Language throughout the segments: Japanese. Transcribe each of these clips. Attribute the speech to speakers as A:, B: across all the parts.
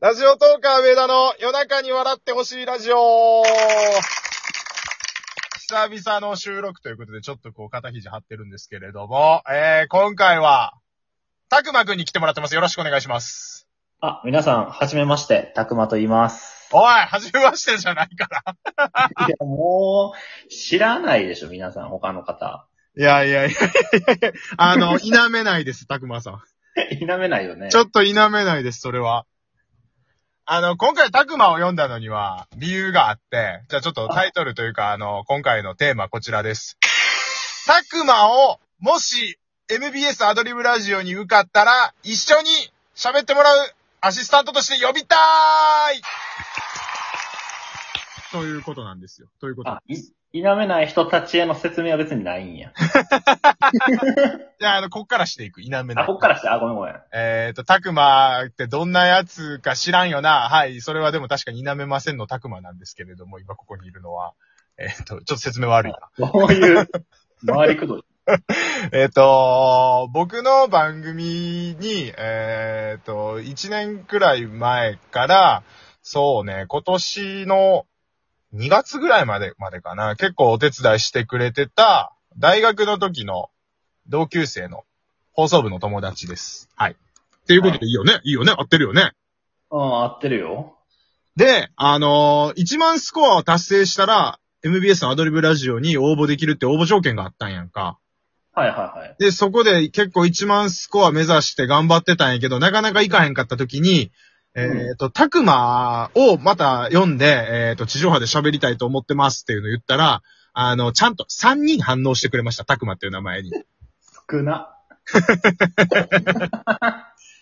A: ラジオトーカー上田の夜中に笑ってほしいラジオ久々の収録ということで、ちょっとこう肩肘張ってるんですけれども、えー、今回は、たくまくんに来てもらってます。よろしくお願いします。
B: あ、皆さん、はじめまして、たくまと言います。
A: おい、はじめましてじゃないから。
B: いや、もう、知らないでしょ、皆さん、他の方。
A: いやいやいやいやいやあの、否めないです、たくまさん。
B: 否めないよね。
A: ちょっと否めないです、それは。あの、今回、たくまを読んだのには、理由があって、じゃあちょっとタイトルというか、あの、今回のテーマはこちらです。たくまを、もし、MBS アドリブラジオに受かったら、一緒に喋ってもらうアシスタントとして呼びたーいということなんですよ。ということ。
B: あ、い、否めない人たちへの説明は別にない んや。
A: じゃあ、あの、こっからしていく。否めない。
B: あ、こっからして、あ、ごめんごめん。
A: えっ、と、たくまってどんなやつか知らんよな。はい。それはでも確かに否めませんのたくまなんですけれども、今ここにいるのは。えっ、と、ちょっと説明悪いな。
B: どういう、回りくどい。
A: えっ、と、僕の番組に、えっ、と、1年くらい前から、そうね、今年の2月ぐらいまで、までかな。結構お手伝いしてくれてた、大学の時の同級生の放送部の友達です。はい。っていうことでいいよね、い、いよね合ってるよね
B: うん、合ってるよ。
A: で、あのー、1万スコアを達成したら、MBS のアドリブラジオに応募できるって応募条件があったんやんか。
B: はいはいはい。
A: で、そこで結構1万スコア目指して頑張ってたんやけど、なかなかいかへんかった時に、えっ、と、たくまをまた読んで、えっ、と、地上波で喋りたいと思ってますっていうのを言ったら、あの、ちゃんと3人反応してくれました、たくまっていう名前に。
B: 少な。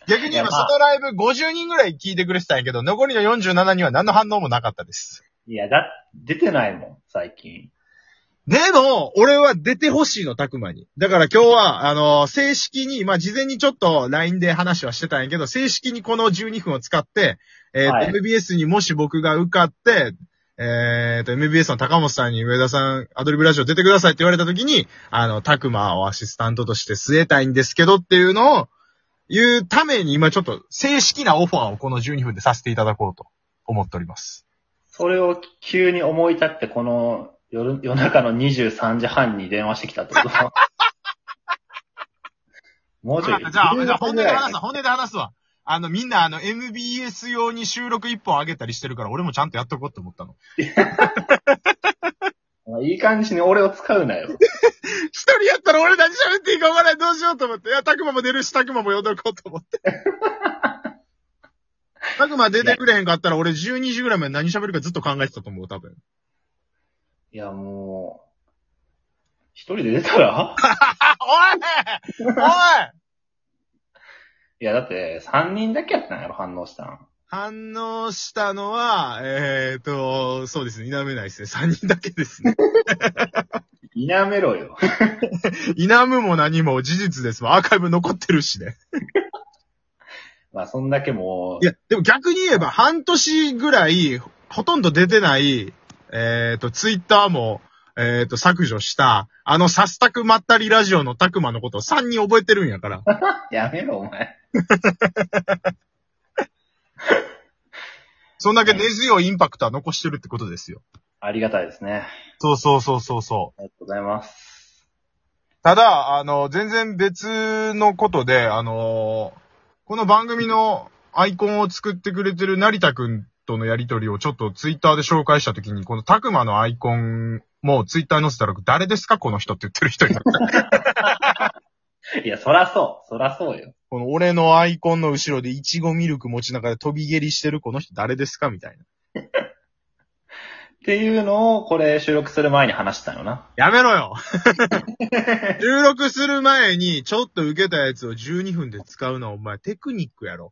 A: 逆に
B: いや
A: 今、
B: まあ
A: そのライブ50人ぐらい聞いてくれてたんやけど、残りの47人は何の反応もなかったです。
B: いや、だ、出てないもん、最近。
A: でも、俺は出てほしいの、たくまに。だから今日は、あの、正式に、まあ、事前にちょっと LINE で話はしてたんやけど、正式にこの12分を使って、えーと
B: はい
A: MBS にもし僕が受かって、えーと、MBS の高本さんに上田さん、アドリブラジオ出てくださいって言われた時に、あの、たくまをアシスタントとして据えたいんですけどっていうのを、言うために今ちょっと正式なオファーをこの12分でさせていただこうと思っております。
B: それを急に思い立って、この夜、夜中の23時半に電話してきたってこと もうちょい。
A: じゃあ、じゃあ本音で話すわ、本音で話すわ。あの、みんな、あの、MBS 用に収録一本上げたりしてるから、俺もちゃんとやっとこうって思ったの。
B: まあいい感じに俺を使うな よ。
A: 一人やったら俺何喋っていいか分からない、どうしようと思って。いや、たくまも出るし、たくまも呼んどこうと思 って。たくま出てくれへんかったら、俺12時ぐらいまで何喋るかずっと考えてたと思う、多分。
B: いや、もう、一人で出たら
A: あ、おい おい
B: いや、だって、三人だけやったんやろ、反応したん。
A: 反応したのは、えーと、そうですね、否めないですね。3人だけですね。
B: 否めろよ。
A: 否むも何も事実ですわ。アーカイブ残ってるしね。
B: まあ、そんだけも
A: いや、でも逆に言えば、半年ぐらい、ほとんど出てない、えっ、と、ツイッターも、えっ、と、削除した、あの、サスタクまったりラジオのタクマのことを3人覚えてるんやから。
B: う、やめろ、お前。
A: そんだけ根強いインパクトは残してるってことですよ。
B: ありがたいですね。
A: そうそうそうそうそう。
B: ありがとうございます。
A: ただ、あの、全然別のことで、あのこの番組のアイコンを作ってくれてる成田くんとのやりとりをちょっとツイッターで紹介したときに、このタクマのアイコンもツイッターに載せたら、誰ですかこの人って言ってる人になった。
B: いや、そらそう、そらそうよ。
A: この俺のアイコンの後ろでイチゴミルク持ちながら飛び蹴りしてるこの人誰ですかみたいな。
B: っていうのを、これ、収録する前に話したよな。
A: やめろよ収録する前にちょっと受けたやつを12分で使うのはお前テクニックやろ。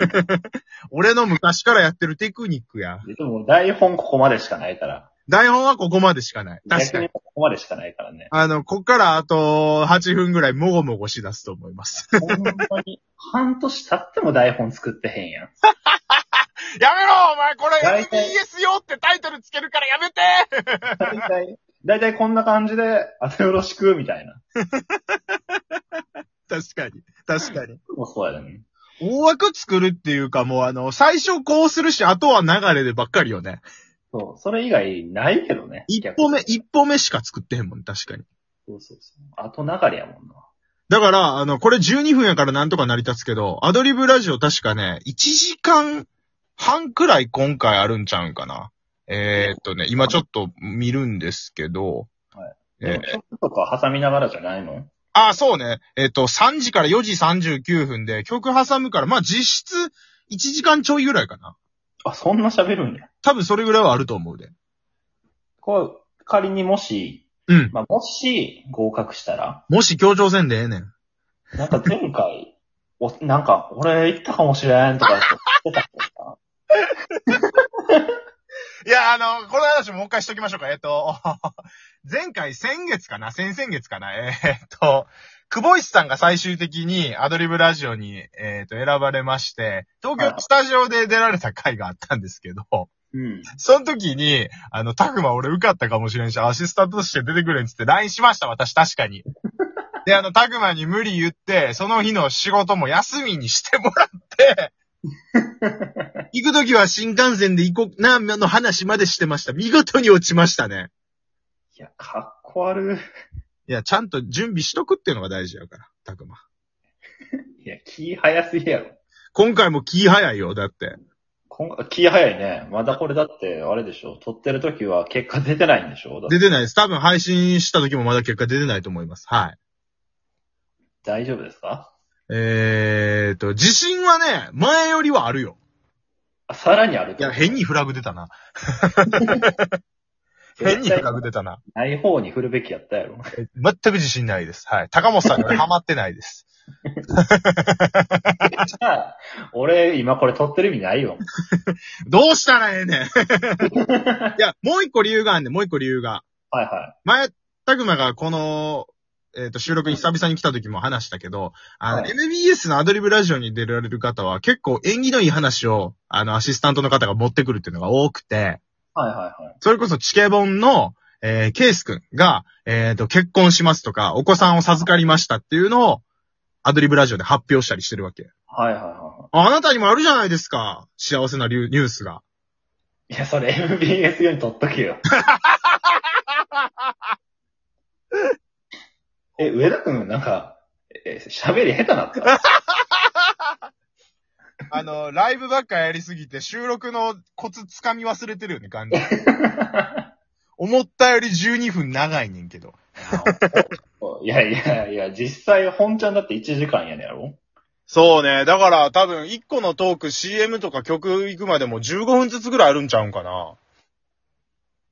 A: 俺の昔からやってるテクニックや。
B: でも、台本ここまでしかないから。
A: 台本はここまでしかない。確か
B: 逆
A: に。
B: にここまでしかないからね。
A: あの、こっからあと8分ぐらいもごもごしだすと思います。
B: ほんまに、半年経っても台本作ってへんやん。
A: やめろお前これ
B: 大
A: MBS 用ってタイトルつけるからやめて
B: 大体、大体こんな感じで、あとよろしく、みたいな。
A: 確かに。確かに。
B: もうそうやね。
A: 大枠作るっていうか、もうあの、最初こうするし、あとは流れでばっかりよね。
B: そう、それ以外ないけどね。
A: 一歩目、
B: 逆に
A: 一歩目しか作ってへんもん、確かに。
B: そうそうそう。後流れやもんな。
A: だから、あの、これ12分やからなんとか成り立つけど、アドリブラジオ確かね、1時間半くらい今回あるんちゃうんかな。えー、っとね、今ちょっと見るんですけど、
B: はい
A: えー
B: でも曲とか挟みながらじゃないの
A: あ、そうね。えっ、と、3時から4時39分で、曲挟むから、まあ実質1時間ちょいぐらいかな。
B: あ、そんな喋るんや。
A: 多分それぐらいはあると思うで。
B: こう、仮にもし、
A: うん。
B: まあ、もし合格したら、
A: もし協調せんでええねん。
B: なんか前回、 おなんか、俺行ったかもしれんとか言ってたけどさ
A: いや、あの、この話もう一回しときましょうか。えっ、と、 前回、先月かな先々月かなえーっと、久保石さんが最終的にアドリブラジオに、えーっと、選ばれまして、東京のスタジオで出られた回があったんですけど、
B: うん。
A: その時に、あの、たくま俺受かったかもしれんし、アシスタントとして出てくれんっつって LINE しました、私確かに。で、あの、たくまに無理言って、その日の仕事も休みにしてもらって、行く時は新幹線で行こうな、の話までしてました。見事に落ちましたね。
B: いや、かっこ悪
A: いや、ちゃんと準備しとくっていうのが大事やから、たくま。
B: い。いや、気早すぎやろ。
A: 今回も気早いよ、だって。
B: 今回気早いね。まだこれだって、あれでしょ。撮ってる時は結果出てないんでしょだって
A: 出てないです。多分配信した時もまだ結果出てないと思います。はい。
B: 大丈夫ですか
A: えーと、自信はね、前よりはあるよ。
B: あさらにある
A: いや、変にフラグ出たな。変にフラグ出たな。
B: ない方に振るべきやったやろ。
A: 全く自信ないです。はい。高本さんがハマってないです。
B: じゃあ、俺、今これ撮ってる意味ないよ。
A: どうしたらええねん。い や、もう一個理由があんねん、もう一個理由が。
B: はいは
A: 前、たくまがこの、えっ、と、収録に久々に来た時も話したけど、あの、
B: はい
A: MBS のアドリブラジオに出られる方は結構縁起のいい話を、あの、アシスタントの方が持ってくるっていうのが多くて、
B: い。はいはいはい。
A: それこそチケボンの、えー、ケースくんが、えっ、と、結婚しますとか、お子さんを授かりましたっていうのを、アドリブラジオで発表したりしてるわけ。
B: はいはいは
A: ああなたにもあるじゃないですか。幸せなリュニュースが。
B: い。いや、それ MBS 用に撮っとけよ。 え、上田くん、なんか、え、喋り下手なった
A: あの、ライブばっかやりすぎて収録のコツつかみ忘れてるよね、感じ。 思ったより12分長いねんけど。
B: いやいやいや、実際、本ちゃんだって1時間やねやろ
A: そうね。だから多分1個のトーク CM とか曲行くまでも15分ずつぐらいあるんちゃうんかな。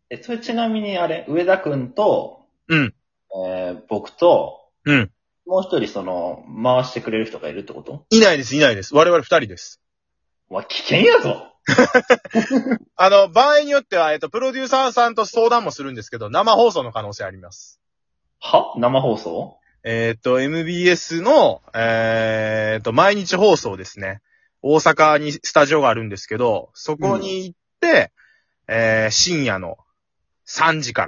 B: え、それちなみにあれ、上田くんと、
A: うん。
B: えー僕と、
A: うん。
B: もう一人その、回してくれる人がいるってこと
A: いないです、いないです。我々2人です。
B: わ、危険やぞ
A: あの、場合によっては、えっと、プロデューサーさんと相談もするんですけど、生放送の可能性あります。
B: は生放送
A: えっと、MBS の、えっと、毎日放送ですね。大阪にスタジオがあるんですけど、そこに行って、えー深夜の3時か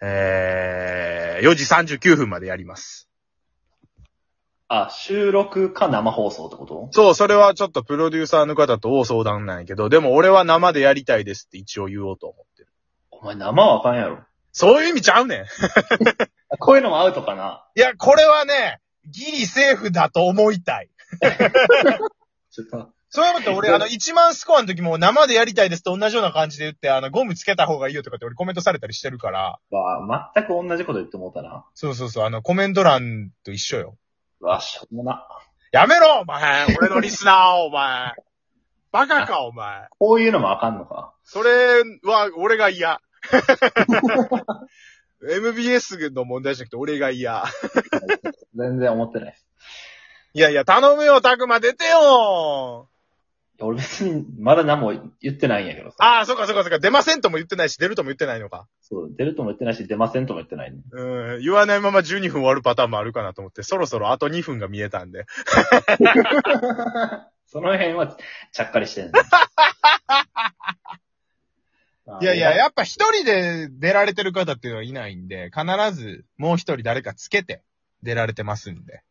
A: ら、えー4時39分までやります。
B: あ、収録か生放送ってこと
A: そう、それはちょっとプロデューサーの方と大相談なんやけど、でも俺は生でやりたいですって一応言おうと思ってる。
B: お前生はあかんやろ。
A: そういう意味ちゃうねん。
B: あこういうのもアウトかない
A: や、これはね、ギリセーフだと思いたい。
B: ちょっと。
A: そういうこと俺、あの、1万スコアの時も生でやりたいですと同じような感じで言って、あの、ゴムつけた方がいいよとかって俺コメントされたりしてるから、
B: わ全く同じこと言ってもうたな。
A: そうそうそう、あの、コメント欄と一緒よ。
B: わ、しょうもな。
A: やめろ、お前俺のリスナー、お前バカか、お前
B: こういうのもあかんのか。
A: それは、俺が嫌。MBS の問題じゃなくて俺が嫌。
B: 全然思ってないです。
A: いやいや、頼むよ、たくま出てよ
B: いや俺別に、まだ何も言ってないんやけどさ。
A: ああ、そっかそっかそっか、出ませんとも言ってないし、出るとも言ってないのか。
B: そう、出るとも言ってないし、出ませんとも言ってないね。
A: うん、言わないまま12分終わるパターンもあるかなと思って、そろそろあと2分が見えたんで。
B: その辺は、ちゃっかりしてんね
A: いやいや、やっぱ一人で出られてる方っていうのはいないんで、必ずもう一人誰かつけて出られてますんで。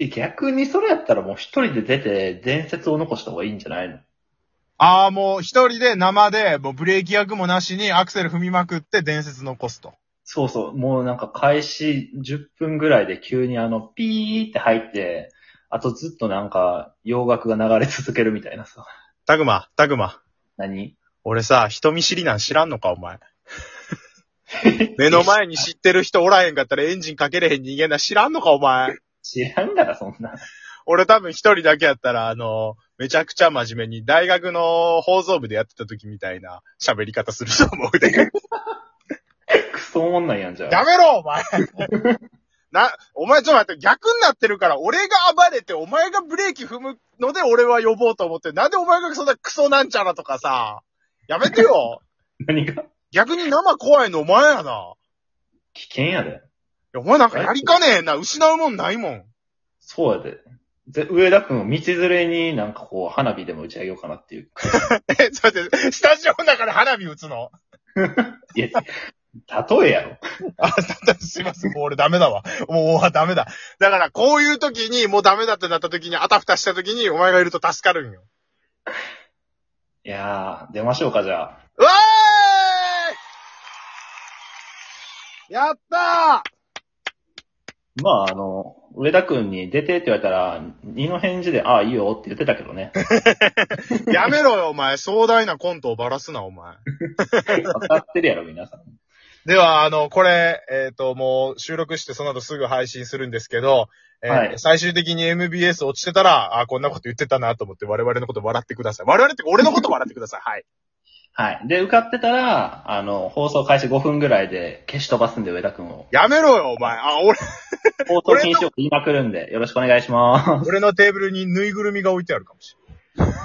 B: え逆にそれやったらもう一人で出て伝説を残した方がいいんじゃないの
A: ああ、もう一人で生で、もうブレーキ役もなしにアクセル踏みまくって伝説残すと。
B: そうそう、もうなんか開始10分ぐらいで急にあの、ピーって入って、あとずっとなんか洋楽が流れ続けるみたいなさ。
A: タグマ、タグマ。
B: 何
A: 俺さ、人見知りなん知らんのか、お前。目の前に知ってる人おらへんかったらエンジンかけれへん人間だ知らんのか、お前。
B: 知らんだらそんな。
A: 俺多分一人だけやったら、あの、めちゃくちゃ真面目に大学の放送部でやってた時みたいな喋り方すると思うで。
B: クソおもんないやんじゃ
A: や
B: あ。
A: めろ、お前。 な、お前ちょっと待って、逆になってるから、俺が暴れて、お前がブレーキ踏むので俺は呼ぼうと思って、なんでお前がそんなクソなんちゃらとかさ、やめて よ。
B: 何が
A: 逆に生怖いのお前やな。
B: 危険やで。
A: いやお前なんかやりかねえな、失うもんないもん。
B: そうやで。ぜ上田くんを道連れになんかこう花火でも打ち上げようかなっていう。
A: え、ちょっと待って、スタジオの中で花火打つの
B: いや、例えやろ。
A: あ、すいません。もう俺ダメだわ。もうダメだ。だから、こういう時に、もうダメだってなった時に、あたふたした時に、お前がいると助かるんよ。
B: いやー、出ましょうかじゃあ。
A: うわーいやった
B: まああの、上田くんに出てって言われたら、二の返事で、ああ、いいよって言ってたけどね。
A: ーやめろよ、お前。壮大なコントをばらすな、お前。
B: わかってるやろ、皆さん。
A: では、あの、これ、えっ、と、もう収録して、その後すぐ配信するんですけど、えー
B: はい
A: 最終的に MBS 落ちてたら、あーこんなこと言ってたなと思って、我々のこと笑ってください。我々ってか俺のこと笑ってください。はい。
B: はい。で、受かってたら、あの、放送開始5分ぐらいで消し飛ばすんで、上田くんを。
A: やめろよ、お前。あ、俺、
B: 放送禁止を言いまくるんで、よろしくお願いします。
A: 俺のテーブルにぬいぐるみが置いてあるかもしれない。